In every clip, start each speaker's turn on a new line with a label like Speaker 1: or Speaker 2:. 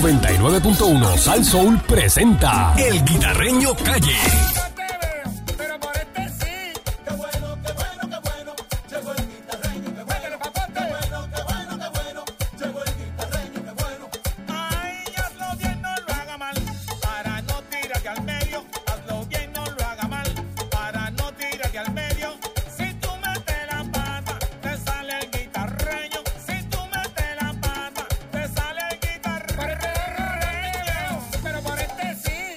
Speaker 1: 99.1 Sal Soul presenta El Guitarreño Calle.
Speaker 2: Ay, hazlo bien, no lo haga mal, para no tirarte al medio. Hazlo bien, no lo haga mal, para no tirarte al medio. Si tú metes la pata, te sale el guitarreño. Si tú metes la pata, te sale el este guitarreño. Pero por este sí,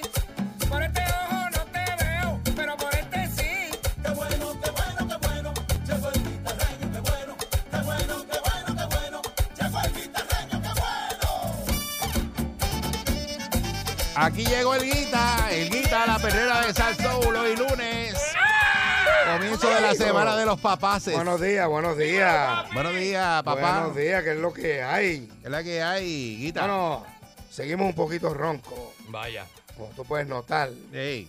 Speaker 2: por este ojo no te veo, pero por este sí.
Speaker 3: Aquí llegó el guita, el guita, la perrera de Salso, hoy lunes. Comienzo de la semana de los papaces.
Speaker 4: Buenos días, buenos días.
Speaker 3: Buenos días, papá.
Speaker 4: Buenos días, que es lo que hay?
Speaker 3: ¿Qué es la que hay, guita?
Speaker 4: Bueno, seguimos un poquito ronco,
Speaker 1: Vaya.
Speaker 4: como tú puedes notar.
Speaker 3: Ey,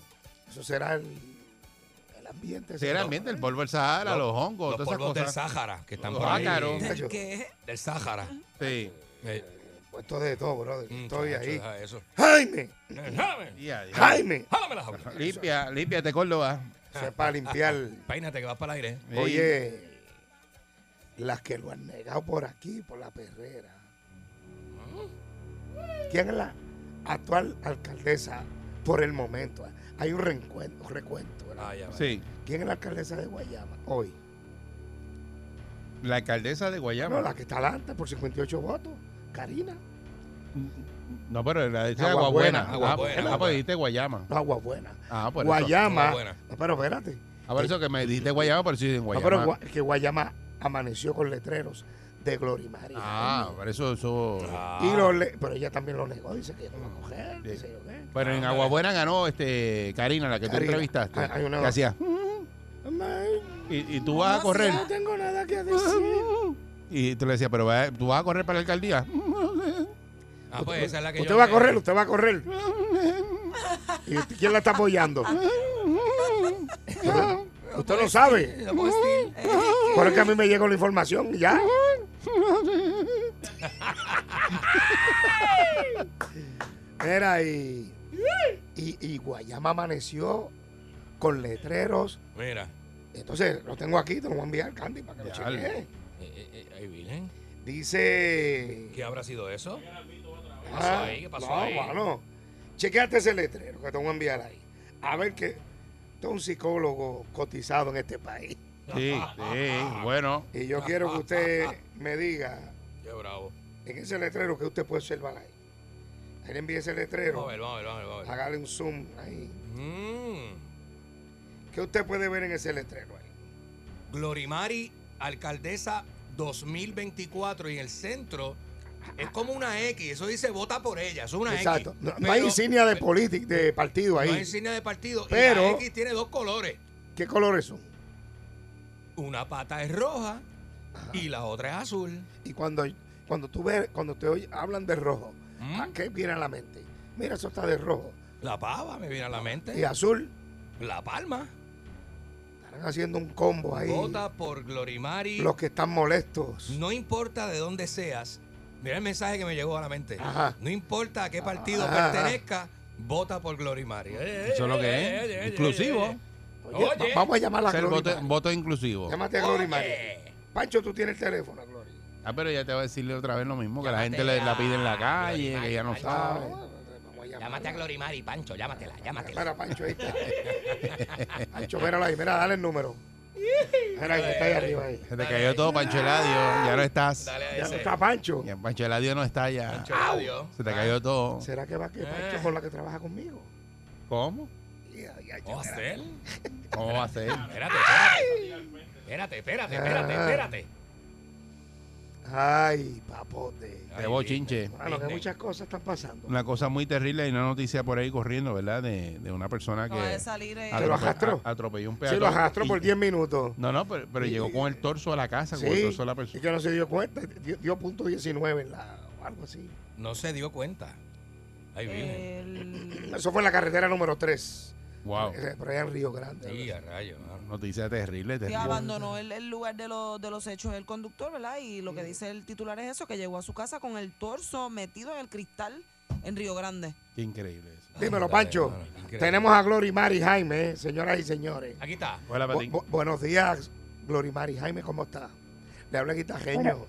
Speaker 4: Eso será el, el ambiente.
Speaker 3: sí, realmente el polvo del Sahara, los
Speaker 4: Oh,
Speaker 3: hongos,
Speaker 5: los
Speaker 3: todas
Speaker 5: polvos del
Speaker 3: esas cosas.
Speaker 5: Sáhara que están
Speaker 4: Ah,
Speaker 3: Los
Speaker 5: por ahí.
Speaker 3: ácaros.
Speaker 4: Muchacho,
Speaker 5: Del Sáhara.
Speaker 3: Sí.
Speaker 5: Eh,
Speaker 4: Puesto pues, de todo, brother.
Speaker 5: mm,
Speaker 4: Estoy
Speaker 5: chacho,
Speaker 4: ahí.
Speaker 5: deja Eso.
Speaker 4: ¡Jaime!
Speaker 5: Jálame,
Speaker 3: Ya, ya.
Speaker 4: ¡Jaime!
Speaker 5: jálame la jaula.
Speaker 3: Limpia, límpiate, Córdoba.
Speaker 4: Eso es para limpiar.
Speaker 5: Peínate que vas para el aire.
Speaker 3: Ey,
Speaker 4: Oye, las que lo han negado por aquí, por la perrera. ¿Quién es la actual alcaldesa por el momento? Hay un reencuentro, recuento. ¿verdad?
Speaker 5: Ah, ya, va.
Speaker 3: Sí,
Speaker 4: ¿Quién es la alcaldesa de Guayama hoy?
Speaker 3: la alcaldesa de
Speaker 4: No, la
Speaker 3: Guayama.
Speaker 4: que está adelante por 58 votos. Karina.
Speaker 3: No, pero la de
Speaker 4: Agua
Speaker 3: Aguabuena.
Speaker 4: Buena,
Speaker 5: Agua
Speaker 3: Ah,
Speaker 5: Buena,
Speaker 3: ah,
Speaker 5: Agua
Speaker 3: pues
Speaker 5: Buena.
Speaker 3: dijiste Guayama.
Speaker 4: No, Agua Buena.
Speaker 3: Ah, por eso.
Speaker 4: Guayama.
Speaker 5: Agua Buena.
Speaker 4: No, pero espérate.
Speaker 3: Ah, por eso que me dijiste Guayama, pero sí en
Speaker 4: No, Ah, pero
Speaker 3: Guayama.
Speaker 4: Gua- que Guayama amaneció con letreros de Gloria y María.
Speaker 3: Ah, por eso, eso.
Speaker 5: Ah,
Speaker 4: Y los le- pero ella también lo negó, dice que no va a coger,
Speaker 3: Sí.
Speaker 4: dice yo qué.
Speaker 3: Pero en
Speaker 5: Ah,
Speaker 3: Aguabuena ganó este Karina, la que tú
Speaker 4: Karina.
Speaker 3: entrevistaste.
Speaker 4: Ah, hay una-
Speaker 3: que hacía, "Mm", y, y tú vas a correr.
Speaker 4: No tengo nada que decir.
Speaker 3: Y tú le decías, pero va- tú vas a correr para la alcaldía.
Speaker 5: Ah, pues esa es la que
Speaker 4: Usted
Speaker 5: yo
Speaker 4: va a
Speaker 5: me-
Speaker 4: correr, usted va a correr. ¿Y usted- quién la está apoyando? usted lo sabe. Por que a mí me llegó la información y ya. Era y, y, y Guayama amaneció con letreros.
Speaker 5: Mira.
Speaker 4: Entonces, lo tengo aquí, te lo voy a enviar, Candy, para que lo
Speaker 3: Diablo.
Speaker 4: chequee.
Speaker 5: eh, eh, eh, ahí vienen.
Speaker 4: Dice.
Speaker 5: ¿Qué habrá sido eso? pasó
Speaker 4: Ah,
Speaker 5: ahí? ¿Qué pasó
Speaker 4: no,
Speaker 5: ahí?
Speaker 4: mano. Chequeate ese letrero que te voy a enviar ahí. A ver que tú eres un psicólogo cotizado en este país.
Speaker 3: Sí, sí, bueno.
Speaker 4: Y yo quiero que usted me diga
Speaker 5: Qué bravo.
Speaker 4: en ese letrero que usted puede observar ahí. Ahí le envíe ese
Speaker 5: Vamos a
Speaker 4: letrero.
Speaker 5: ver, vamos a ver, vamos a ver. Vamos a ver.
Speaker 4: Hágale un zoom ahí.
Speaker 5: Mm.
Speaker 4: ¿Qué usted puede ver en ese letrero ahí?
Speaker 5: Glorimari, alcaldesa 2024. Y en el centro es como una X. Eso dice vota por ella. Eso es una
Speaker 4: Exacto.
Speaker 5: X.
Speaker 4: No, no
Speaker 5: Pero
Speaker 4: hay insignia de política, de partido
Speaker 5: No hay
Speaker 4: ahí.
Speaker 5: insignia de partido.
Speaker 4: Pero-
Speaker 5: y la X tiene dos colores.
Speaker 4: ¿Qué colores son?
Speaker 5: Una pata es roja y la otra es azul.
Speaker 4: Y cuando, cuando tú ves, cuando te oy- hablan de rojo,
Speaker 5: ¿Mm?
Speaker 4: ¿a qué viene a la mente? Mira, eso está de rojo.
Speaker 5: La pava me viene a la
Speaker 4: Y
Speaker 5: mente.
Speaker 4: azul,
Speaker 5: La palma.
Speaker 4: estarán haciendo un combo ahí.
Speaker 5: Vota por Glorimari.
Speaker 4: los que están molestos.
Speaker 5: No importa de dónde seas. Mira el mensaje que me llegó a la mente.
Speaker 4: Ajá. Ah.
Speaker 5: No importa a qué partido
Speaker 4: Ajá.
Speaker 5: pertenezca, vota por Glorimari.
Speaker 3: Eso es lo
Speaker 5: Eh,
Speaker 3: que es. Inclusivo.
Speaker 4: Oye,
Speaker 5: Oye.
Speaker 4: va- vamos a llamar a
Speaker 3: Ser
Speaker 4: Glory.
Speaker 3: voto,
Speaker 4: Mari.
Speaker 3: voto inclusivo.
Speaker 4: Llámate a Glory Mari.
Speaker 5: eh,
Speaker 4: Pancho, tú tienes el teléfono, Glory.
Speaker 3: Ah, pero ya te voy a decirle otra vez lo mismo, que la
Speaker 5: Llámate
Speaker 3: gente le- la
Speaker 5: a
Speaker 3: pide en la calle,
Speaker 5: Glorimar,
Speaker 3: que ya no
Speaker 5: Pancho.
Speaker 3: sabe.
Speaker 4: Ah, vamos a llamar.
Speaker 5: Eh, Glorimari, Pancho. Llámatela,
Speaker 4: Llamar a Pancho ahí. está. Pancho, míralo ahí, mira, dale el número. Mira, que está ahí arriba ahí.
Speaker 3: Se te cayó todo, Pancho Eladio. Ya no estás.
Speaker 5: Dale a
Speaker 4: Ya no
Speaker 5: ese.
Speaker 4: está Pancho.
Speaker 3: Ya Pancho Eladio no está ya.
Speaker 5: Pancho, adiós.
Speaker 3: Se te cayó todo.
Speaker 4: ¿Será que va que Pancho con la que trabaja conmigo?
Speaker 3: ¿Cómo?
Speaker 4: Ya, ya, ya,
Speaker 5: ¿Cómo va a
Speaker 4: mira.
Speaker 5: ser?
Speaker 3: ¿Cómo va a ser?
Speaker 5: Espérate, espérate. Espérate, espérate, espérate,
Speaker 4: Ah.
Speaker 5: espérate.
Speaker 4: Ay, papote.
Speaker 3: Te voy, chinche.
Speaker 4: Bueno, que muchas cosas están pasando.
Speaker 3: Una cosa muy terrible, hay una noticia por ahí corriendo, ¿verdad? De, de una persona que
Speaker 6: Acaba de salir eh,
Speaker 4: Que lo arrastró.
Speaker 3: a- atropelló un peatón.
Speaker 4: Se lo arrastró por
Speaker 3: Y-
Speaker 4: 10 minutos.
Speaker 3: No, no, pero, pero llegó con el torso a la casa, con el
Speaker 4: Sí,
Speaker 3: torso a la
Speaker 4: y
Speaker 3: persona.
Speaker 4: que no se dio cuenta. Dio, dio punto 19 en la, o algo así.
Speaker 5: No se dio cuenta.
Speaker 4: Eh.
Speaker 5: Ahí viene.
Speaker 6: el-
Speaker 4: Eso fue en la carretera número 3.
Speaker 3: Wow.
Speaker 4: Por allá en Río Grande.
Speaker 5: Sí, a rayo. mano.
Speaker 3: Noticia terrible,
Speaker 6: que
Speaker 3: terrible.
Speaker 6: abandonó el, el lugar de, lo- de los hechos el conductor, ¿verdad? Y lo que dice el titular es eso, que llegó a su casa con el torso metido en el cristal en Río Grande.
Speaker 3: Qué increíble eso.
Speaker 4: Dímelo,
Speaker 5: Ándale,
Speaker 4: Pancho.
Speaker 5: hermano, increíble.
Speaker 4: Tenemos a Glory Mari Jaime, eh, señoras y señores.
Speaker 5: Aquí está.
Speaker 3: Hola,
Speaker 4: Bu-
Speaker 3: Patín.
Speaker 4: bu- buenos días, Glory Mari Jaime, ¿cómo está? Le habla guitajeño.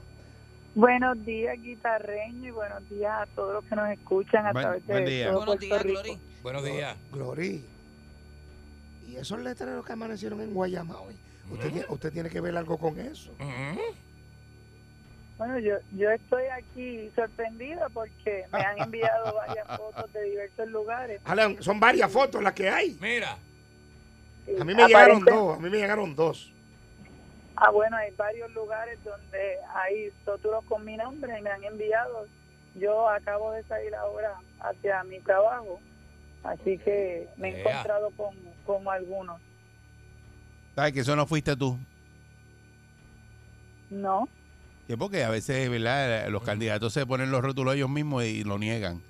Speaker 7: Buenos días, guitarreño, y buenos días a todos los que nos escuchan a
Speaker 3: Buen-
Speaker 7: través
Speaker 3: buen
Speaker 7: de
Speaker 3: día.
Speaker 7: todo
Speaker 6: Buenos
Speaker 7: Puerto
Speaker 6: días,
Speaker 7: Rico.
Speaker 6: Glory.
Speaker 5: Buenos días.
Speaker 4: Glory. ¿Y esos letreros que amanecieron en Guayama hoy? ¿Usted, tie- usted tiene que ver algo con eso.
Speaker 7: Bueno, yo, yo estoy aquí sorprendida porque me han enviado varias fotos de diversos lugares.
Speaker 4: Alan, son varias fotos las que hay.
Speaker 5: Mira.
Speaker 4: A mí me
Speaker 7: Aparecen-
Speaker 4: llegaron dos, a mí me llegaron dos.
Speaker 7: Ah, bueno, hay varios lugares donde hay soturos con mi nombre y me han enviado. Yo acabo de salir ahora hacia mi trabajo, así que me he
Speaker 5: Ea.
Speaker 7: encontrado con, con algunos.
Speaker 3: Sabes que eso no fuiste tú.
Speaker 7: No,
Speaker 3: Que porque a veces, ¿verdad? Los candidatos se ponen los rótulos ellos mismos y lo niegan.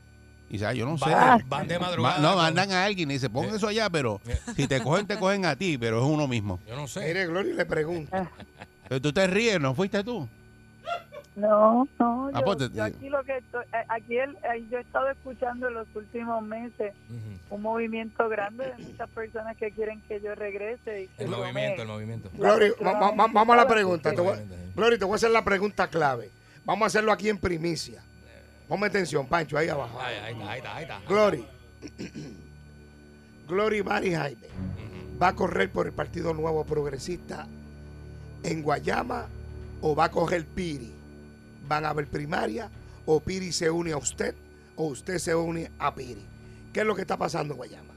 Speaker 3: Y sabes, yo no sé.
Speaker 5: Van, van de madrugada.
Speaker 3: Ma- no,
Speaker 5: con-
Speaker 3: mandan a alguien y dicen, pon
Speaker 5: Eh.
Speaker 3: eso allá, pero
Speaker 5: Eh.
Speaker 3: si te cogen, te cogen a ti, pero es uno mismo.
Speaker 5: Yo no sé.
Speaker 4: Mire, Glory le pregunto.
Speaker 3: Pero tú te ríes, ¿no fuiste tú?
Speaker 7: no, no.
Speaker 3: Ah,
Speaker 7: Yo,
Speaker 3: pues, te-
Speaker 7: yo aquí lo que estoy, a- aquí el- eh, yo he estado escuchando en los últimos meses
Speaker 5: Ujú.
Speaker 7: un movimiento grande de muchas personas que quieren que yo regrese y que
Speaker 5: El
Speaker 7: yo
Speaker 5: movimiento,
Speaker 7: me-
Speaker 5: el movimiento.
Speaker 4: Glory, va- va- va- vamos a la pregunta.
Speaker 5: Sí.
Speaker 4: Te voy- Glory, te voy a hacer la pregunta clave. Vamos a hacerlo aquí en primicia. Ponme atención, Pancho, ahí abajo.
Speaker 5: Ahí, ahí está, ahí está, ahí está.
Speaker 4: Glory. Glory Mari Jaime va a correr por el Partido Nuevo Progresista en Guayama o va a coger Piri. Van a haber primaria o Piri se une a usted o usted se une a Piri. ¿Qué es lo que está pasando en Guayama?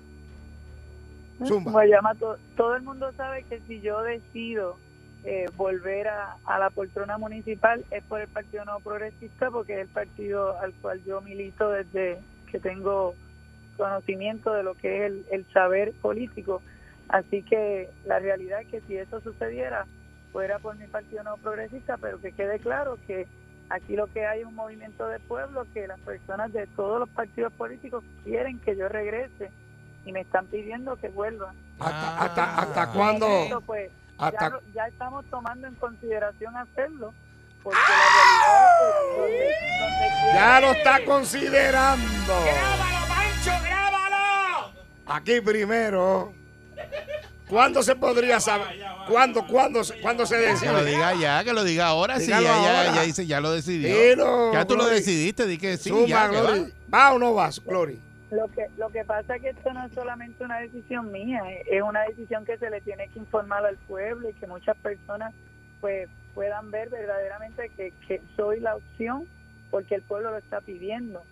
Speaker 4: Zumba.
Speaker 7: ¿Eh? Guayama, to- todo el mundo sabe que si yo decido eh, volver a, a la poltrona municipal es por el Partido No Progresista, porque es el partido al cual yo milito desde que tengo conocimiento de lo que es el, el saber político. Así que la realidad es que si eso sucediera, fuera por mi Partido No Progresista, pero que quede claro que aquí lo que hay es un movimiento de pueblo, que las personas de todos los partidos políticos quieren que yo regrese y me están pidiendo que vuelva.
Speaker 4: ¿Hasta,
Speaker 5: Ah.
Speaker 4: hasta, hasta
Speaker 5: Ah.
Speaker 7: Esto,
Speaker 4: cuándo?
Speaker 7: pues, ya,
Speaker 4: Hasta,
Speaker 7: no- ya estamos tomando en consideración hacerlo, porque la realidad es que donde- donde quiera-
Speaker 4: ya lo está considerando.
Speaker 5: ¡Pancho, grábalo!
Speaker 4: Aquí primero. ¿Cuándo se podría saber? ¿Cuándo, cuándo, se- cuándo se
Speaker 3: Que lo
Speaker 4: decide?
Speaker 3: diga ya, que lo diga ahora. Sí, ya,
Speaker 4: Dígalo
Speaker 3: ya-
Speaker 4: ahora.
Speaker 3: ya dice, ya lo decidió.
Speaker 4: Dilo,
Speaker 3: ya tú lo
Speaker 4: Glory.
Speaker 3: decidiste, di que sí.
Speaker 4: Suma,
Speaker 3: ya, que
Speaker 4: Glory. ¿Va o no vas, Glory?
Speaker 7: Lo que, lo que pasa es que esto no es solamente una decisión mía, es- es una decisión que se le tiene que informar al pueblo y que muchas personas pues puedan ver verdaderamente que, que soy la opción porque el pueblo lo está pidiendo.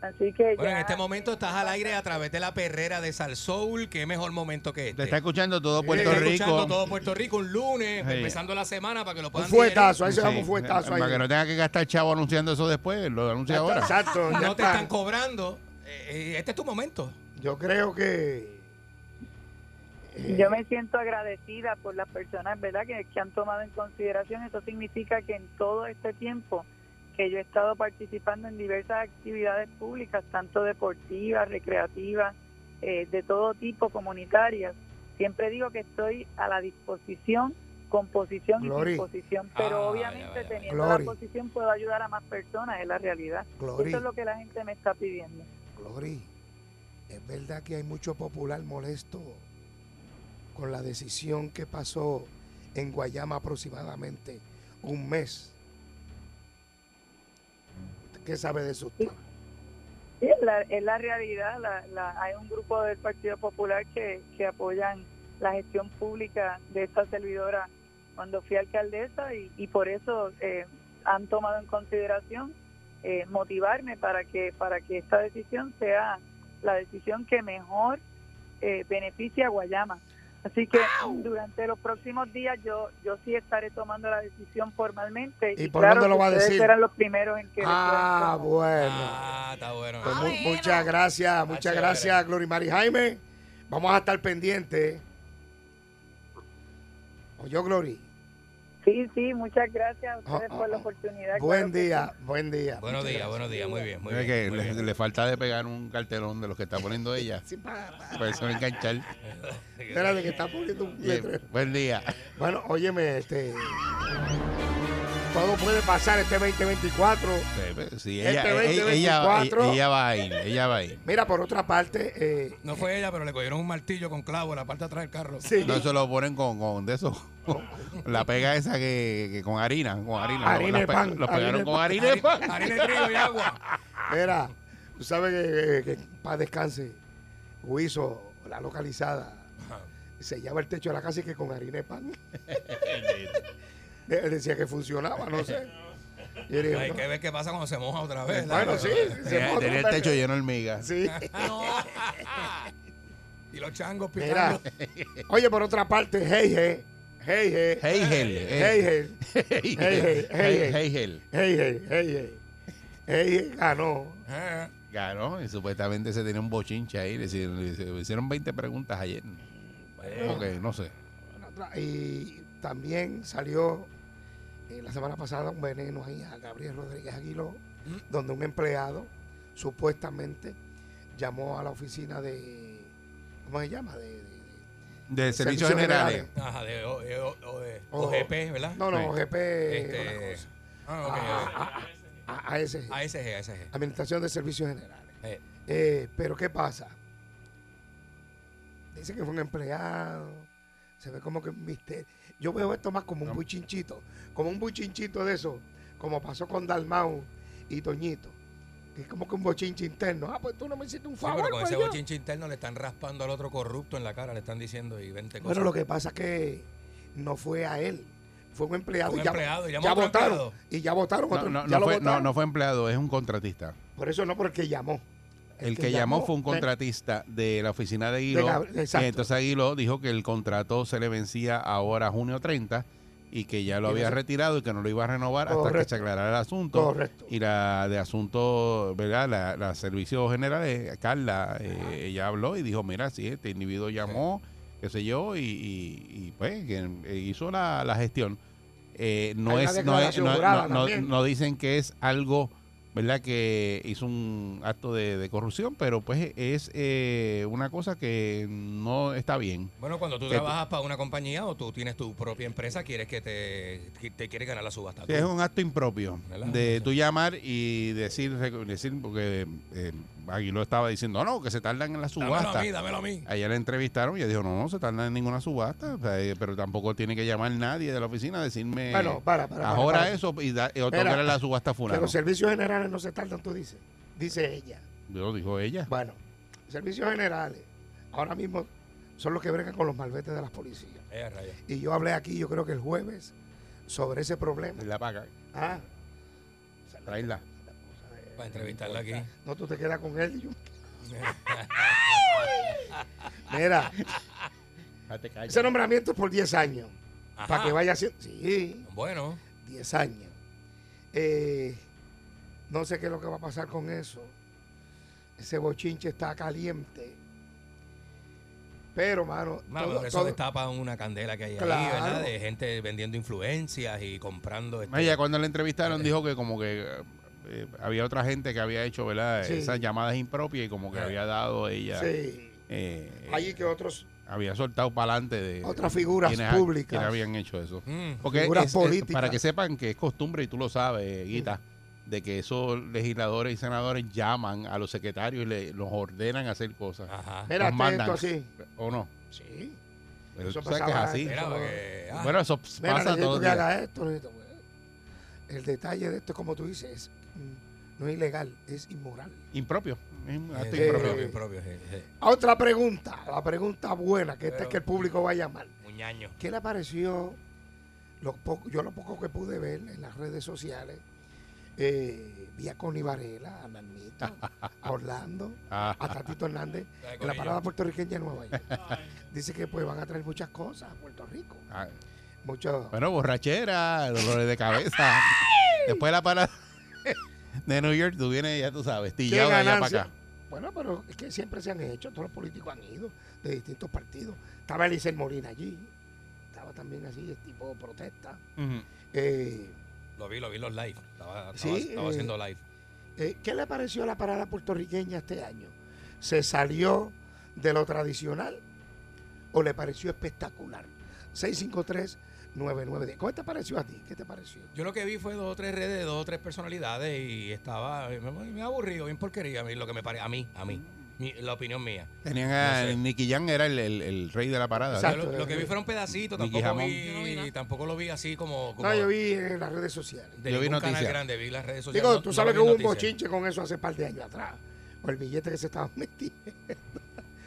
Speaker 7: Así que
Speaker 5: Bueno, en
Speaker 7: ya-
Speaker 5: este momento estás al aire a través de la perrera de Sal Soul. Qué mejor momento que
Speaker 3: Te
Speaker 5: este.
Speaker 3: está escuchando todo
Speaker 5: Te
Speaker 3: Puerto
Speaker 5: está
Speaker 3: Rico.
Speaker 5: escuchando todo Puerto Rico un lunes,
Speaker 3: Sí.
Speaker 5: empezando la semana para que lo
Speaker 4: Un
Speaker 5: puedan digerir.
Speaker 4: fuetazo, ahí se
Speaker 3: Sí,
Speaker 4: va un fuetazo.
Speaker 3: Para que
Speaker 4: Ahí.
Speaker 3: no tenga que gastar chavo anunciando eso después, lo anuncia ahora.
Speaker 4: Exacto, ya
Speaker 5: No te
Speaker 4: está.
Speaker 5: están cobrando. Eh, eh, Este es tu momento.
Speaker 4: Yo creo que.
Speaker 7: Yo me siento agradecida por las personas, ¿verdad?, que, que han tomado en consideración. Eso significa que en todo este tiempo que yo he estado participando en diversas actividades públicas, tanto deportivas, recreativas, eh, de todo tipo, comunitarias, siempre digo que estoy a la disposición, con posición
Speaker 4: Glory.
Speaker 7: y disposición. Pero
Speaker 5: Ah,
Speaker 7: obviamente
Speaker 5: vaya, vaya, vaya.
Speaker 7: teniendo
Speaker 4: Glory.
Speaker 7: la posición puedo ayudar a más personas, es la realidad.
Speaker 4: Glory,
Speaker 7: Eso es lo que la gente me está pidiendo.
Speaker 4: Glory. Es verdad que hay mucho popular molesto con la decisión que pasó en Guayama aproximadamente un mes. ¿Qué sabe de eso usted?
Speaker 7: Sí, es la, es la realidad. La, la- hay un grupo del Partido Popular que, que apoyan la gestión pública de esta servidora cuando fui alcaldesa y, y por eso eh, han tomado en consideración eh, motivarme para que para que esta decisión sea la decisión que mejor eh, beneficie a Guayama. Así que durante los próximos días yo yo sí estaré tomando la decisión formalmente.
Speaker 4: ¿Y por dónde lo va a
Speaker 7: ustedes
Speaker 4: decir?
Speaker 7: serán los primeros en que lo puedan
Speaker 4: Ah,
Speaker 7: tomar.
Speaker 4: bueno.
Speaker 5: Ah, está bueno.
Speaker 4: Pues mu- muchas gracias, muchas
Speaker 5: chévere.
Speaker 4: gracias, Glory Mari Jaime. Vamos a estar pendientes. Oye, Glory.
Speaker 7: Sí, sí, muchas gracias a ustedes
Speaker 4: Ah, ah,
Speaker 7: por la
Speaker 4: ah.
Speaker 7: oportunidad.
Speaker 4: Buen
Speaker 7: claro que
Speaker 4: día, buen día.
Speaker 5: Buenos
Speaker 4: Muchas gracias.
Speaker 5: días, buenos días. Muy bien, muy
Speaker 3: Es
Speaker 5: bien.
Speaker 3: que
Speaker 5: muy
Speaker 3: le,
Speaker 5: bien.
Speaker 3: le falta de pegar un cartelón de los que está poniendo ella.
Speaker 4: Sí, pa- pa-
Speaker 3: Para eso enganchar. Eh,
Speaker 4: Espérate que está poniendo un
Speaker 3: Bien,
Speaker 4: letrero.
Speaker 3: buen día.
Speaker 4: Bueno, óyeme, este. todo puede pasar este 2024.
Speaker 3: Pues, Sí,
Speaker 4: Este
Speaker 3: ella, ella,
Speaker 4: 2024.
Speaker 3: ella- ella- ella va a ir, ella va a ir.
Speaker 4: Mira, por otra parte, eh,
Speaker 5: No fue ella, pero le cogieron un martillo con clavo en la parte de atrás del carro.
Speaker 4: sí,
Speaker 3: No se lo ponen con, con de eso. La pega esa que, que con harina, con harina.
Speaker 4: Harina
Speaker 3: Lo-
Speaker 4: de
Speaker 3: lo pe-
Speaker 4: pan,
Speaker 3: Lo
Speaker 4: harina de
Speaker 3: pegaron con
Speaker 4: pan.
Speaker 3: harina de pan.
Speaker 5: Harina harina de trigo y agua.
Speaker 4: mira, tú sabes que, que- que para descanse, Huizo, la localizada, se llama el techo de la casa y que con harina de pan. Él decía que funcionaba, no sé. Yo dije,
Speaker 5: Hay
Speaker 4: no.
Speaker 5: que ver qué pasa cuando se moja otra vez. ¿verdad?
Speaker 4: Bueno, sí, se
Speaker 3: Tenía,
Speaker 4: puede
Speaker 3: tenía el
Speaker 4: romper.
Speaker 3: techo lleno de hormigas.
Speaker 4: Sí.
Speaker 5: Y los changos
Speaker 4: Mira,
Speaker 5: picando.
Speaker 4: oye, por otra parte, Heige, Heige,
Speaker 3: Heigel. eh.
Speaker 4: Heige, Heigel, Heigel.
Speaker 3: Heigel.
Speaker 4: Heige, Heige, Heige ganó.
Speaker 5: Eh,
Speaker 3: Claro, y supuestamente se tenía un bochinche ahí. Le hicieron, le hicieron- le hicieron 20 preguntas ayer. Ok, no sé.
Speaker 4: Y también salió eh, la semana pasada un veneno ahí a Gabriel Rodríguez Aguiló, donde un empleado supuestamente llamó a la oficina de, ¿cómo se llama? De, de- de-
Speaker 3: De
Speaker 4: Servicios
Speaker 3: servicios generales.
Speaker 4: Generales.
Speaker 5: Ajá, de, o, de- o- o de-
Speaker 4: O-
Speaker 5: OGP, ¿verdad?
Speaker 4: Oh. no, no,
Speaker 3: Sí.
Speaker 4: GP,
Speaker 5: Este, ah, ok,
Speaker 4: Ah, a, a ese,
Speaker 5: A- ASG, ASG.
Speaker 4: Administración de Servicios Generales.
Speaker 5: Eh,
Speaker 4: Eh, pero ¿qué pasa? Dice que fue un empleado. Se ve como que un misterio. Yo veo esto más como un buchinchito. Como un buchinchito de eso. Como pasó con Dalmau y Toñito. Que es como que un bochinche interno. Ah, pues tú no me hiciste un
Speaker 5: sí, pero
Speaker 4: favor.
Speaker 5: con
Speaker 4: pues
Speaker 5: ese
Speaker 4: yo.
Speaker 5: bochinche interno le están raspando al otro corrupto en la cara, le están diciendo y 20 cosas.
Speaker 4: Bueno, lo que pasa es que no fue a él. Fue un empleado.
Speaker 5: Fue un
Speaker 4: y ya,
Speaker 5: empleado, llamó
Speaker 4: ya
Speaker 5: a otro
Speaker 4: votaron.
Speaker 5: empleado.
Speaker 4: Y ya votaron.
Speaker 3: No,
Speaker 4: otro-
Speaker 3: no,
Speaker 4: ya
Speaker 3: no
Speaker 4: lo
Speaker 3: fue, no,
Speaker 4: votaron.
Speaker 3: no fue empleado, es un contratista.
Speaker 4: Por eso no, porque llamó.
Speaker 3: El, que, llamó, fue un
Speaker 4: de-
Speaker 3: contratista de la oficina de Aguiló.
Speaker 4: De Gab- exacto.
Speaker 3: Y entonces Aguiló dijo que el contrato se le vencía ahora junio 30 y que ya lo
Speaker 4: Y no
Speaker 3: había
Speaker 4: se-
Speaker 3: retirado y que no lo iba a renovar hasta que
Speaker 4: Correcto.
Speaker 3: se aclarara el asunto.
Speaker 4: Correcto.
Speaker 3: Y la de asuntos, ¿verdad? La, la servicios generales, Carla, eh, ella habló y dijo, mira, sí, este individuo llamó, qué sé yo, y, y- y, pues que, eh, hizo la, la gestión. Eh, no
Speaker 4: Hay una
Speaker 3: es, no, es-
Speaker 4: declaración
Speaker 3: no-
Speaker 4: jurada
Speaker 3: no- no-
Speaker 4: también.
Speaker 3: no dicen que es algo, ¿verdad? Que hizo un acto de, de corrupción, pero pues es eh, una cosa que no está bien.
Speaker 5: Bueno, cuando tú
Speaker 3: Que-
Speaker 5: trabajas para una compañía o tú tienes tu propia empresa, quieres que te, que te quieres ganar la subasta.
Speaker 3: Sí,
Speaker 5: tú.
Speaker 3: es un acto impropio
Speaker 5: ¿Verdad?
Speaker 3: de tú llamar y decir, rec- decir porque eh, Aguiló estaba diciendo, no, que se tardan en la
Speaker 5: Dámelo a
Speaker 3: subasta.
Speaker 5: mí, dámelo a mí.
Speaker 3: Ayer la entrevistaron y ella dijo, no, no se tarda en ninguna subasta, o sea, eh, pero tampoco tiene que llamar nadie de la oficina a decirme,
Speaker 4: Bueno, para, para, para,
Speaker 3: ahora
Speaker 4: para.
Speaker 3: eso y, da, y otorgarle la subasta a
Speaker 4: Que
Speaker 3: fulano.
Speaker 4: los servicios generales no se tardan, tú dices. Dice ella.
Speaker 3: Lo dijo ella.
Speaker 4: Bueno, servicios generales ahora mismo son los que bregan con los malbetes de las policías.
Speaker 5: Eh, rayo.
Speaker 4: Y yo hablé aquí, yo creo que el jueves, sobre ese problema.
Speaker 3: La paga,
Speaker 4: Ah,
Speaker 3: traerla.
Speaker 5: Para entrevistarla aquí.
Speaker 4: no, tú te quedas con él y yo. Mira, ese nombramiento es por 10 años.
Speaker 5: Ajá.
Speaker 4: Para que vaya haciendo. Sí,
Speaker 5: Bueno,
Speaker 4: 10 años. Eh, no sé qué es lo que va a pasar con eso. Ese bochinche está caliente. Pero, mano.
Speaker 5: mano,
Speaker 4: todo-
Speaker 5: eso
Speaker 4: todo-
Speaker 5: destapa una candela que hay ahí,
Speaker 4: Claro.
Speaker 5: ¿verdad? De gente vendiendo influencias y comprando. este-
Speaker 3: Ella cuando la entrevistaron dijo que como que eh, había otra gente que había hecho, ¿verdad?
Speaker 4: Sí.
Speaker 3: Esas llamadas impropias y como que
Speaker 5: Sí.
Speaker 3: había dado ella.
Speaker 4: Sí.
Speaker 3: eh,
Speaker 4: Allí que otros.
Speaker 3: había soltado para adelante de
Speaker 4: Otras figuras
Speaker 3: quienes ha-
Speaker 4: públicas.
Speaker 3: quienes habían hecho eso.
Speaker 5: Mm.
Speaker 3: Porque
Speaker 4: Figuras
Speaker 3: es- es-
Speaker 4: políticas.
Speaker 3: para que sepan que es costumbre, y tú lo sabes, eh, Guita, de que esos legisladores y senadores llaman a los secretarios y le- los ordenan hacer cosas.
Speaker 5: Ajá.
Speaker 4: Mira,
Speaker 3: Los
Speaker 4: hazte
Speaker 3: mandan.
Speaker 4: esto así.
Speaker 3: ¿O no?
Speaker 4: Sí.
Speaker 3: Pero
Speaker 4: Eso
Speaker 3: tú sabes que es
Speaker 4: pasaba
Speaker 3: así.
Speaker 5: Mira,
Speaker 4: eso-
Speaker 5: para que- ah,
Speaker 3: Bueno, eso
Speaker 4: Mira,
Speaker 3: pasa
Speaker 4: necesito
Speaker 3: todos
Speaker 4: que
Speaker 3: los días.
Speaker 4: haga esto. necesito- pues. El detalle de esto, como tú dices, es, mm, no es ilegal, es inmoral.
Speaker 3: Impropio. Es un acto
Speaker 5: sí,
Speaker 4: Eh,
Speaker 3: impropio.
Speaker 5: propio, impropio, sí, sí.
Speaker 4: Otra pregunta, la pregunta buena, que esta es
Speaker 5: Pero-
Speaker 4: que el público va a llamar.
Speaker 5: Un ñaño.
Speaker 4: ¿Qué le pareció? Lo poco, yo lo poco que pude ver en las redes sociales, eh, vi a Connie Varela, a Nanita, a Orlando,
Speaker 3: Ah.
Speaker 4: a Tatito Hernández,
Speaker 5: Ay,
Speaker 4: en la
Speaker 5: Connie,
Speaker 4: parada
Speaker 5: yo-
Speaker 4: puertorriqueña de Nueva York. Dice que pues van a traer muchas cosas a Puerto Rico.
Speaker 3: Ah,
Speaker 4: Mucho,
Speaker 3: Bueno, borrachera, dolores de cabeza. Después de la parada de New York, tú vienes, ya tú sabes,
Speaker 4: ¿Qué
Speaker 3: tillado de allá para
Speaker 4: ganancia?
Speaker 3: acá.
Speaker 4: Bueno, pero es que siempre se han hecho, todos los políticos han ido de distintos partidos. Estaba Eliezer Molina allí, estaba también así, el tipo de protesta.
Speaker 3: Ujú.
Speaker 4: Eh,
Speaker 5: Lo vi, lo vi los live. Estaba, estaba-
Speaker 4: Sí,
Speaker 5: estaba
Speaker 4: eh,
Speaker 5: haciendo live.
Speaker 4: eh, ¿Qué le pareció la parada puertorriqueña este año? ¿Se salió de lo tradicional o le pareció espectacular? 653 993-622-9910. ¿Cómo te pareció a ti? ¿Qué te pareció?
Speaker 5: Yo lo que vi fue dos o tres redes de dos o tres personalidades y estaba me, me aburrido, bien porquería, a mí lo que me parece, a mí, a mí, mi- la opinión mía.
Speaker 3: Tenían a
Speaker 5: No sé.
Speaker 3: Nicky Jam era el, el- el rey de la parada.
Speaker 5: Yo
Speaker 4: Exacto. eh,
Speaker 5: lo, lo que vi fueron pedacitos,
Speaker 3: Nicky
Speaker 5: tampoco
Speaker 3: Jamón.
Speaker 6: Yo no vi
Speaker 5: vi,
Speaker 6: nada.
Speaker 5: tampoco lo vi así como, como
Speaker 4: No, yo vi en las redes sociales.
Speaker 5: de
Speaker 3: yo vi
Speaker 5: ningún canal
Speaker 3: noticias.
Speaker 5: grande, vi las redes sociales.
Speaker 4: Digo,
Speaker 5: no-
Speaker 4: tú
Speaker 5: no
Speaker 4: sabes
Speaker 5: vi
Speaker 4: que hubo un
Speaker 5: noticias.
Speaker 4: bochinche con eso hace par de años atrás. Por el billete que se estaban metiendo.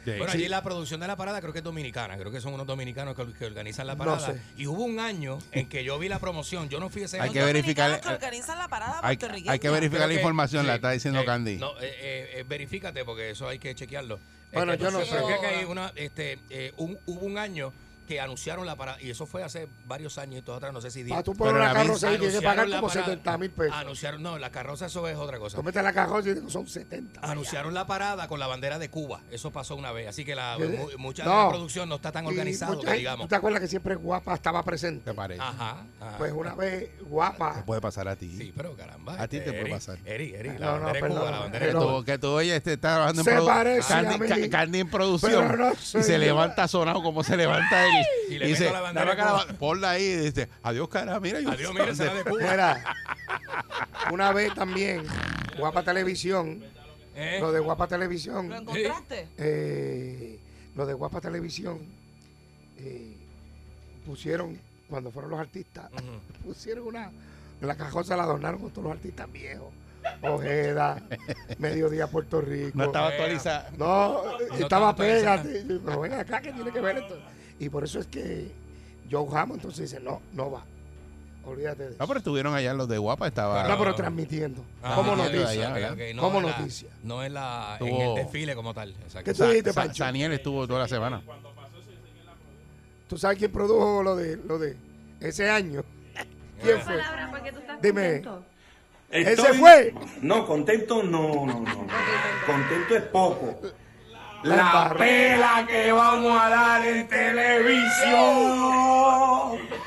Speaker 3: Sí.
Speaker 5: Bueno,
Speaker 3: Sí.
Speaker 5: allí la producción de la parada creo que es dominicana, creo que son unos dominicanos que, que organizan la
Speaker 4: No
Speaker 5: parada.
Speaker 4: sé.
Speaker 5: Y hubo un año en que yo vi la promoción, yo no fui ese
Speaker 3: Hay
Speaker 5: año.
Speaker 3: que verificar- eh,
Speaker 6: Los dominicanos que organizan la parada
Speaker 3: hay,
Speaker 6: puertorriqueña.
Speaker 3: hay que verificar
Speaker 5: Creo
Speaker 3: la
Speaker 5: que-
Speaker 3: información, la
Speaker 5: sí,
Speaker 3: está diciendo
Speaker 5: eh,
Speaker 3: Candy.
Speaker 5: No, eh, eh, eh, verifícate porque eso hay que chequearlo.
Speaker 4: Bueno, yo no
Speaker 5: pero
Speaker 4: sé.
Speaker 5: creo que hay una, este, eh, un- hubo un año que anunciaron la parada, y eso fue hace varios años y todo atrás, no sé si diez.
Speaker 4: Para tú poner
Speaker 3: Pero
Speaker 4: una
Speaker 3: la
Speaker 4: carroza ahí tienes que
Speaker 5: Anunciaron
Speaker 4: pagar
Speaker 5: la
Speaker 4: como
Speaker 5: parada.
Speaker 4: 70 mil pesos.
Speaker 5: Anunciaron, no, la carroza eso es otra cosa.
Speaker 4: Tú metes la carroza y digo, son 70. vaya.
Speaker 5: Anunciaron la parada con la bandera de Cuba. Eso pasó una vez. Así que la,
Speaker 4: Yo-
Speaker 5: mu- mucha de
Speaker 4: no.
Speaker 5: la producción no está tan
Speaker 4: Y
Speaker 5: organizado,
Speaker 4: mucha
Speaker 5: que
Speaker 4: gente-
Speaker 5: digamos. Ah,
Speaker 4: ¿Tú te acuerdas que siempre Guapa estaba presente?
Speaker 3: ¿Te parece?
Speaker 5: Ajá, ajá.
Speaker 4: Pues una vez Guapa.
Speaker 5: Pues
Speaker 3: Te puede pasar a ti.
Speaker 5: Sí, pero caramba. este,
Speaker 3: A ti te puede
Speaker 5: Eri,
Speaker 3: pasar.
Speaker 5: Eri, Eri,
Speaker 4: No,
Speaker 5: la
Speaker 4: no,
Speaker 5: bandera de Cuba,
Speaker 4: perdón,
Speaker 5: la bandera de
Speaker 3: Que
Speaker 4: pero-
Speaker 5: Cuba.
Speaker 3: tú, que tú, oye, este está trabajando
Speaker 4: Se
Speaker 3: en produ-
Speaker 4: parece a
Speaker 3: Candy,
Speaker 4: mí.
Speaker 3: Ca- Candy en producción.
Speaker 4: Pero no
Speaker 3: y se
Speaker 4: soy yo.
Speaker 3: levanta sonado como se levanta él.
Speaker 5: Y
Speaker 3: Y,
Speaker 5: le meto
Speaker 3: dice,
Speaker 5: la bandera
Speaker 3: dame acá la
Speaker 5: como-
Speaker 3: ba- ponla ahí. Y dice, adiós, cara, mira. yo-
Speaker 5: Adiós, mira, será de Cuba.
Speaker 4: Mira, una vez también, Guapa Televisión,
Speaker 5: ¿Eh?
Speaker 4: lo de Guapa
Speaker 6: ¿Lo
Speaker 4: Televisión,
Speaker 6: encontraste?
Speaker 4: eh, lo de Guapa Televisión, eh, pusieron, cuando fueron los artistas,
Speaker 5: Ujú.
Speaker 4: pusieron una, la cajosa la adornaron con todos los artistas viejos. Ojeda, Mediodía Puerto Rico.
Speaker 3: No estaba
Speaker 5: Mira.
Speaker 3: actualizada.
Speaker 4: No,
Speaker 5: estaba
Speaker 4: estaba
Speaker 5: actualizada.
Speaker 4: pégate. Yo, Pero ven acá, que tiene que ver esto? Y por eso es que Joe Hammond entonces dice, no, no va. Olvídate de eso.
Speaker 3: No, pero estuvieron allá los de Guapa.
Speaker 8: Ah.
Speaker 3: Estaba.
Speaker 4: No, pero transmitiendo.
Speaker 5: Ah,
Speaker 4: como
Speaker 5: ya,
Speaker 4: noticia.
Speaker 5: ya,
Speaker 3: ¿verdad?
Speaker 5: ok, ok,
Speaker 4: Como
Speaker 5: en la-
Speaker 4: noticia.
Speaker 5: No en, la, en
Speaker 3: Tuvo-
Speaker 5: el desfile como tal. exacto.
Speaker 4: ¿Qué tú dijiste,
Speaker 3: Sa-
Speaker 4: Pancho?
Speaker 3: Saniel estuvo toda la semana.
Speaker 4: ¿Tú sabes quién produjo lo de, lo de ese año?
Speaker 8: Eh.
Speaker 4: ¿Quién fue? Dime. Ese
Speaker 9: Estoy-
Speaker 4: fue.
Speaker 9: No, contento no, no, no. Contento es poco.
Speaker 4: La
Speaker 9: La
Speaker 4: embarré.
Speaker 9: pela que vamos a dar en televisión.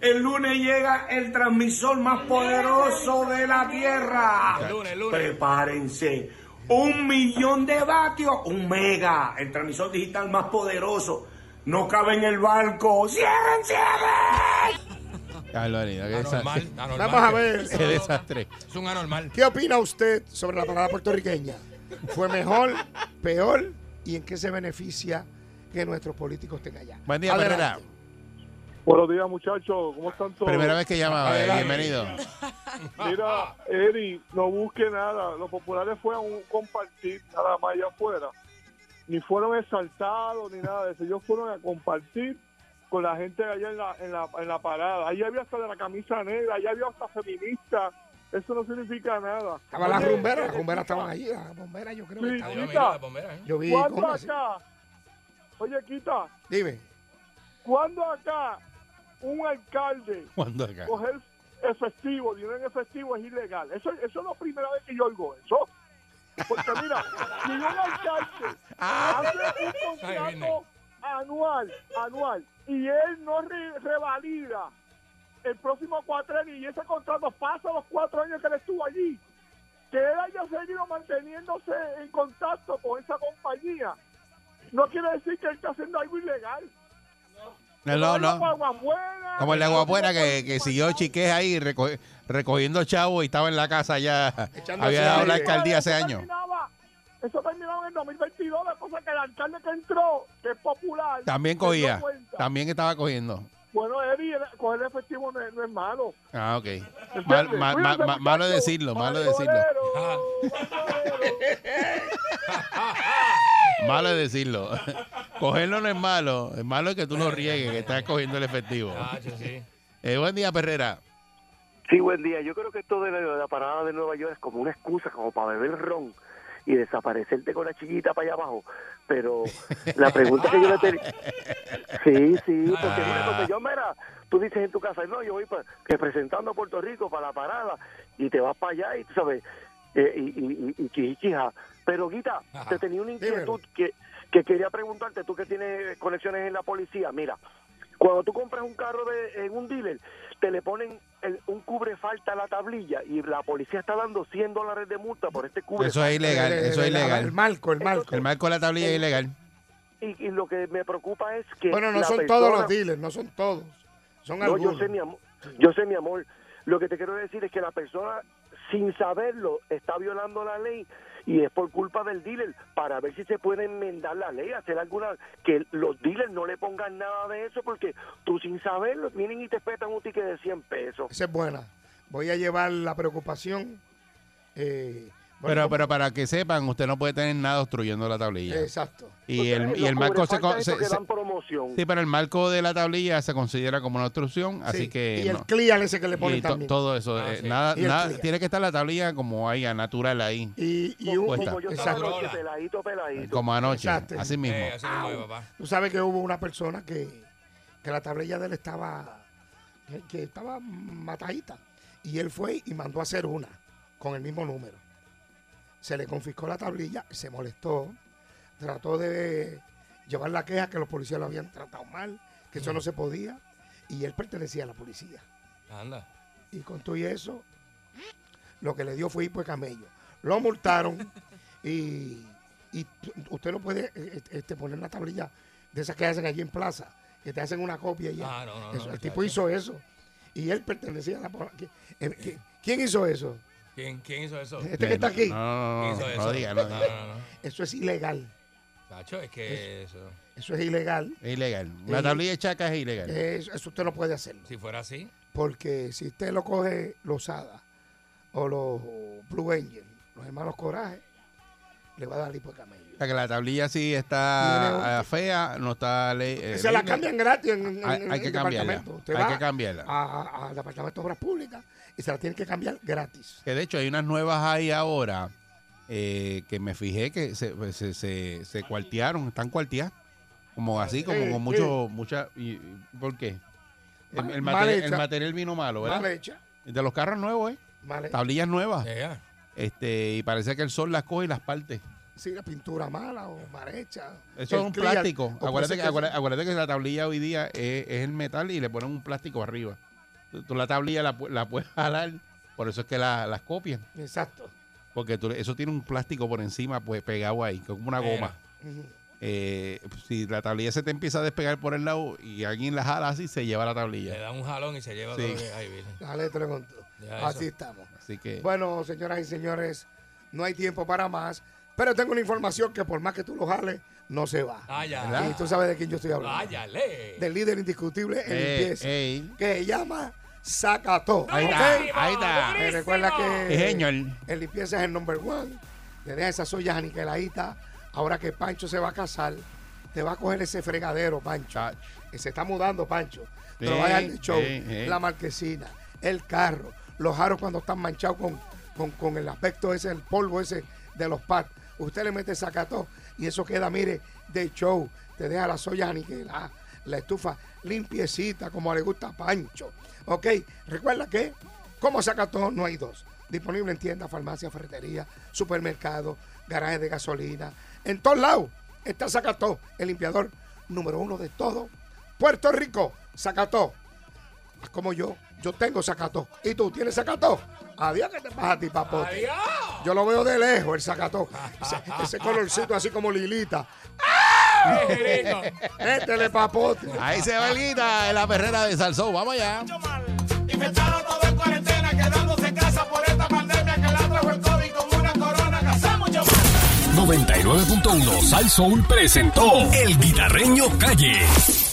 Speaker 9: El lunes llega el transmisor más poderoso de la tierra.
Speaker 5: El lunes, el lunes.
Speaker 9: Prepárense. Un millón de vatios, un mega. El transmisor digital más poderoso. No cabe en el barco. ¡Cierren, cierren!
Speaker 3: Barbaridad, qué
Speaker 5: Anormal,
Speaker 3: desastre.
Speaker 5: anormal.
Speaker 4: Vamos a ver.
Speaker 3: Qué desastre.
Speaker 5: Es un anormal.
Speaker 4: ¿Qué opina usted sobre la parada puertorriqueña? ¿Fue mejor, peor? ¿Y en qué se beneficia que nuestros políticos estén allá?
Speaker 3: Buen día,
Speaker 4: Adelante.
Speaker 3: Herrera.
Speaker 10: Buenos días, muchachos. ¿Cómo están todos?
Speaker 3: Primera vez que llamaba. eh,
Speaker 4: Adelante.
Speaker 3: Bienvenido.
Speaker 10: Mira, Eri, no busque nada. Los populares fueron un compartir nada más allá afuera. Ni fueron exaltados ni nada de eso. Ellos fueron a compartir con la gente de allá en la, en la, en la parada. Allí había hasta de la camisa negra, allí había hasta feministas. Eso no significa nada.
Speaker 4: Estaban las
Speaker 10: Oye,
Speaker 4: rumberas,
Speaker 10: eh,
Speaker 4: las rumberas estaban allí, las bomberas yo creo que
Speaker 10: Sí.
Speaker 4: estaban.
Speaker 5: Adiós, mira, la bombera, ¿eh?
Speaker 4: Yo vi,
Speaker 10: ¿Cuándo
Speaker 4: ¿cómo así?
Speaker 10: acá? Oye, Quita,
Speaker 4: Dime.
Speaker 10: ¿cuándo acá un alcalde
Speaker 3: ¿Cuándo acá?
Speaker 10: coger efectivo, dinero en efectivo es ilegal. Eso, eso es la primera vez que yo oigo eso. Porque mira, si un alcalde
Speaker 3: Ah.
Speaker 10: hace un
Speaker 5: Ahí viene.
Speaker 10: contrato anual, anual, y él no re- revalida el próximo cuatrenio y ese contrato pasa los cuatro años que él estuvo allí, que él haya seguido manteniéndose en contacto con esa compañía, no quiere decir que él está haciendo algo ilegal.
Speaker 3: No,
Speaker 10: vaya pa'
Speaker 3: no, no.
Speaker 10: Aguas Buenas,
Speaker 3: Como el de Agua Buena que,
Speaker 10: vaya
Speaker 3: que
Speaker 10: pa'
Speaker 3: siguió chiqués ahí reco- recogiendo chavo y estaba en la casa ya.
Speaker 4: Echándose
Speaker 3: Había dado la
Speaker 4: aire.
Speaker 3: alcaldía hace
Speaker 10: Eso
Speaker 3: años.
Speaker 10: terminaba- Eso terminaba en el 2022, después de que el alcalde que entró, que es popular. se
Speaker 3: También
Speaker 10: dio
Speaker 3: cogía.
Speaker 10: cuenta.
Speaker 3: También estaba cogiendo.
Speaker 10: Bueno, Eri, el- coger el efectivo no es, no es malo.
Speaker 3: Ah, ok. Mal- mal- mal- mal- malo decirlo, malo decirlo.
Speaker 5: Ah.
Speaker 3: Malo decirlo. Cogerlo no es malo. Es malo que tú no riegues, que estás cogiendo el efectivo.
Speaker 5: Ah, yo sí.
Speaker 3: Eh, buen día, Perrera.
Speaker 8: Sí, buen día. Yo creo que esto de la, la parada de Nueva York es como una excusa, como para beber ron y desaparecerte con la chillita para allá abajo. Pero la pregunta que yo le tenía... Sí, sí, porque mira, porque yo, mira, tú dices en tu casa, no, yo voy pa- representando a Puerto Rico para la parada y te vas para allá y tú sabes, eh, y, y, y, y chijichija. Pero, Guita,
Speaker 5: Ajá.
Speaker 8: te tenía una
Speaker 4: Dímelo.
Speaker 8: inquietud que, que quería preguntarte, tú que tienes conexiones en la policía, mira, cuando tú compras un carro de, en un dealer, te le ponen el- un cubre falta a la tablilla y la policía está dando 100 dólares de multa por este cubre
Speaker 3: Eso es ilegal,
Speaker 4: El- el-
Speaker 3: eso es
Speaker 4: el- Eh, El
Speaker 3: ilegal.
Speaker 4: marco, el marco.
Speaker 3: El marco de la tablilla es ilegal.
Speaker 8: y, y lo que me preocupa es que...
Speaker 4: Bueno, no
Speaker 8: la
Speaker 4: son
Speaker 8: persona-
Speaker 4: todos los dealers, no son todos. Son
Speaker 8: no, yo
Speaker 4: algunos.
Speaker 8: sé, mi amor, yo sé, mi amor. Lo que te quiero decir es que la persona, sin saberlo, está violando la ley y es por culpa del dealer para ver si se puede enmendar la ley, hacer alguna que los dealers no le pongan nada de eso porque tú sin saberlo vienen y te petan un ticket de 100 pesos.
Speaker 4: Esa es buena. Voy a llevar la preocupación. eh,
Speaker 3: Pero, pero para que sepan, usted no puede tener nada obstruyendo la tablilla.
Speaker 4: Exacto.
Speaker 3: Y el,
Speaker 8: Ustedes,
Speaker 3: y el
Speaker 8: los
Speaker 3: marco se,
Speaker 8: cubrefantas
Speaker 3: se-
Speaker 8: estos que
Speaker 3: se-
Speaker 8: dan promoción.
Speaker 3: Sí, pero el marco de la tablilla se considera como una obstrucción, así que
Speaker 4: y el
Speaker 3: no.
Speaker 4: clear ese que le ponen
Speaker 3: Y to-
Speaker 4: también. Ah,
Speaker 3: todo eso, eh, nada,
Speaker 4: Y el
Speaker 3: nada-
Speaker 4: clear.
Speaker 3: tiene que estar la tablilla como haya, natural ahí,
Speaker 4: Y, y un,
Speaker 3: Puesta.
Speaker 8: Como yo estaba
Speaker 4: Exacto.
Speaker 8: anoche, peladito, peladito.
Speaker 3: como anoche,
Speaker 4: Exacto.
Speaker 3: así mismo.
Speaker 5: Eh, así mismo es, papá.
Speaker 4: Tú sabes que hubo una persona que, que la tablilla de él estaba, que, que estaba matadita. Y él fue y mandó a hacer una con el mismo número. Se le confiscó la tablilla, se molestó, trató de llevar la queja que los policías lo habían tratado mal, que eso no se podía. Y él pertenecía a la policía.
Speaker 5: Anda.
Speaker 4: Y con todo y eso, lo que le dio fue hipo de camello. Lo multaron y, y t- usted no puede eh, este, poner una tablilla de esas que hacen allí en plaza, que te hacen una copia y ya.
Speaker 5: Ah, no, no,
Speaker 4: Eso,
Speaker 5: no,
Speaker 4: el
Speaker 5: chacho.
Speaker 4: tipo hizo eso. Y él pertenecía a la... po- que- eh, que- ¿Quién hizo eso?
Speaker 5: ¿Quién, quién hizo eso?
Speaker 4: Este que está aquí.
Speaker 3: No, no, no,
Speaker 5: ¿Quién hizo
Speaker 3: no,
Speaker 5: eso? Ah.
Speaker 3: no diga, no
Speaker 5: no,
Speaker 3: diga.
Speaker 5: no, no.
Speaker 4: Eso es ilegal.
Speaker 5: Chacho, es que eso.
Speaker 4: Eso es ilegal.
Speaker 3: Es ilegal.
Speaker 4: Sí. Eh.
Speaker 3: La tablilla de chaca es ilegal.
Speaker 4: Eso, eso usted no puede hacerlo.
Speaker 5: Si fuera así,
Speaker 4: Porque si usted lo coge Lozada o los Blue Angels, los hermanos Coraje, le va a dar hipo de camello.
Speaker 3: O sea, que la tablilla sí
Speaker 4: Tiene
Speaker 3: está eh, fea, no está ley. eh,
Speaker 4: Se la
Speaker 3: libre.
Speaker 4: cambian gratis en, en-
Speaker 3: Hay-
Speaker 4: en
Speaker 3: hay que
Speaker 4: el
Speaker 3: cambiarla.
Speaker 4: departamento. Usted
Speaker 3: Hay
Speaker 4: va
Speaker 3: que cambiarla.
Speaker 4: a- a- Al departamento de obras públicas y se la tienen que cambiar gratis.
Speaker 3: Que de hecho hay unas nuevas ahí ahora eh, que me fijé que se, pues, se, se, se cuartearon, están cuarteadas. Como así, como
Speaker 4: Sí,
Speaker 3: con mucho, mucha. y- y- ¿Por qué? El, el
Speaker 4: Mal
Speaker 3: material,
Speaker 4: hecha.
Speaker 3: el material vino malo, ¿verdad?
Speaker 4: Mal hecha.
Speaker 3: De los carros nuevos, ¿eh?
Speaker 4: Mal hecha.
Speaker 3: Tablillas
Speaker 4: Ah.
Speaker 3: nuevas.
Speaker 4: Eh.
Speaker 5: ya, eh, ya.
Speaker 3: Este, y parece que el sol las coge y las parte.
Speaker 4: Sí, la pintura mala o mal hecha.
Speaker 3: Eso
Speaker 4: El
Speaker 3: es un
Speaker 4: clear. O
Speaker 3: plástico.
Speaker 4: puede
Speaker 3: Acuérdate
Speaker 4: ser
Speaker 3: que,
Speaker 4: sea-
Speaker 3: acuérdate, acuérdate que la tablilla hoy día es, es el metal y le ponen un plástico arriba. Tú, tú la tablilla la, pu- la puedes jalar, por eso es que la- las copian.
Speaker 4: Exacto.
Speaker 3: Porque tú- eso tiene un plástico por encima pues pegado ahí, que es como una
Speaker 5: Mira.
Speaker 3: goma.
Speaker 4: Ujú.
Speaker 3: Eh, si la tablilla se te empieza a despegar por el lado y alguien la jala así, se lleva la
Speaker 5: Le
Speaker 3: tablilla.
Speaker 5: da un jalón y se lleva
Speaker 3: Sí.
Speaker 5: todo lo que hay, Virgen.
Speaker 4: La letra con todo.
Speaker 5: Ya,
Speaker 4: Así
Speaker 5: eso.
Speaker 4: estamos.
Speaker 3: Así que
Speaker 4: Bueno, señoras y señores, no hay tiempo para más. Pero tengo una información que por más que tú lo jales, no se va.
Speaker 5: Ah, ya. Ah,
Speaker 4: Y tú sabes de quién yo estoy hablando.
Speaker 5: Váyale.
Speaker 4: Del líder indiscutible en
Speaker 3: Eh,
Speaker 4: limpieza.
Speaker 3: ey.
Speaker 4: Que se llama Zacató.
Speaker 3: ahí
Speaker 4: ¿ok?
Speaker 3: está, ahí está.
Speaker 4: Eh, recuerda que
Speaker 3: Es señor.
Speaker 4: el limpieza es el number one. Te deja esas ollas aniquiladitas. Ahora que Pancho se va a casar, te va a coger ese fregadero, Pancho.
Speaker 3: Chacho.
Speaker 4: Que se está mudando, Pancho. Te lo
Speaker 3: Sí,
Speaker 4: va a dar el show,
Speaker 3: sí, sí.
Speaker 4: la marquesina, el carro, los aros cuando están manchados con, con, con el aspecto ese, el polvo ese de los pads. Usted le mete sacató y eso queda, mire, de show. Te deja las ollas aniquiladas, la estufa limpiecita, como le gusta a Pancho. Ok, recuerda que como sacató no hay dos. Disponible en tiendas, farmacias, ferreterías, supermercados, garajes de gasolina. En todos lados está sacató, el limpiador número uno de todo Puerto Rico. Sacató. Haz como yo, yo tengo sacató. ¿Y tú tienes sacató? Adiós que te pasa a ti, papote. Yo lo veo de lejos, el sacató. Ese, ese colorcito así como lilita. Métele, papote.
Speaker 3: Ahí se va el guita en la perrera de Salsó. Vamos allá.
Speaker 2: Infectaron todo en cuarentena, quedándose en casa por esta pandemia que la trajo el COVID con una corona que hace mucho mal.
Speaker 1: 99.1 Sal Soul presentó El Guitarreño Calle.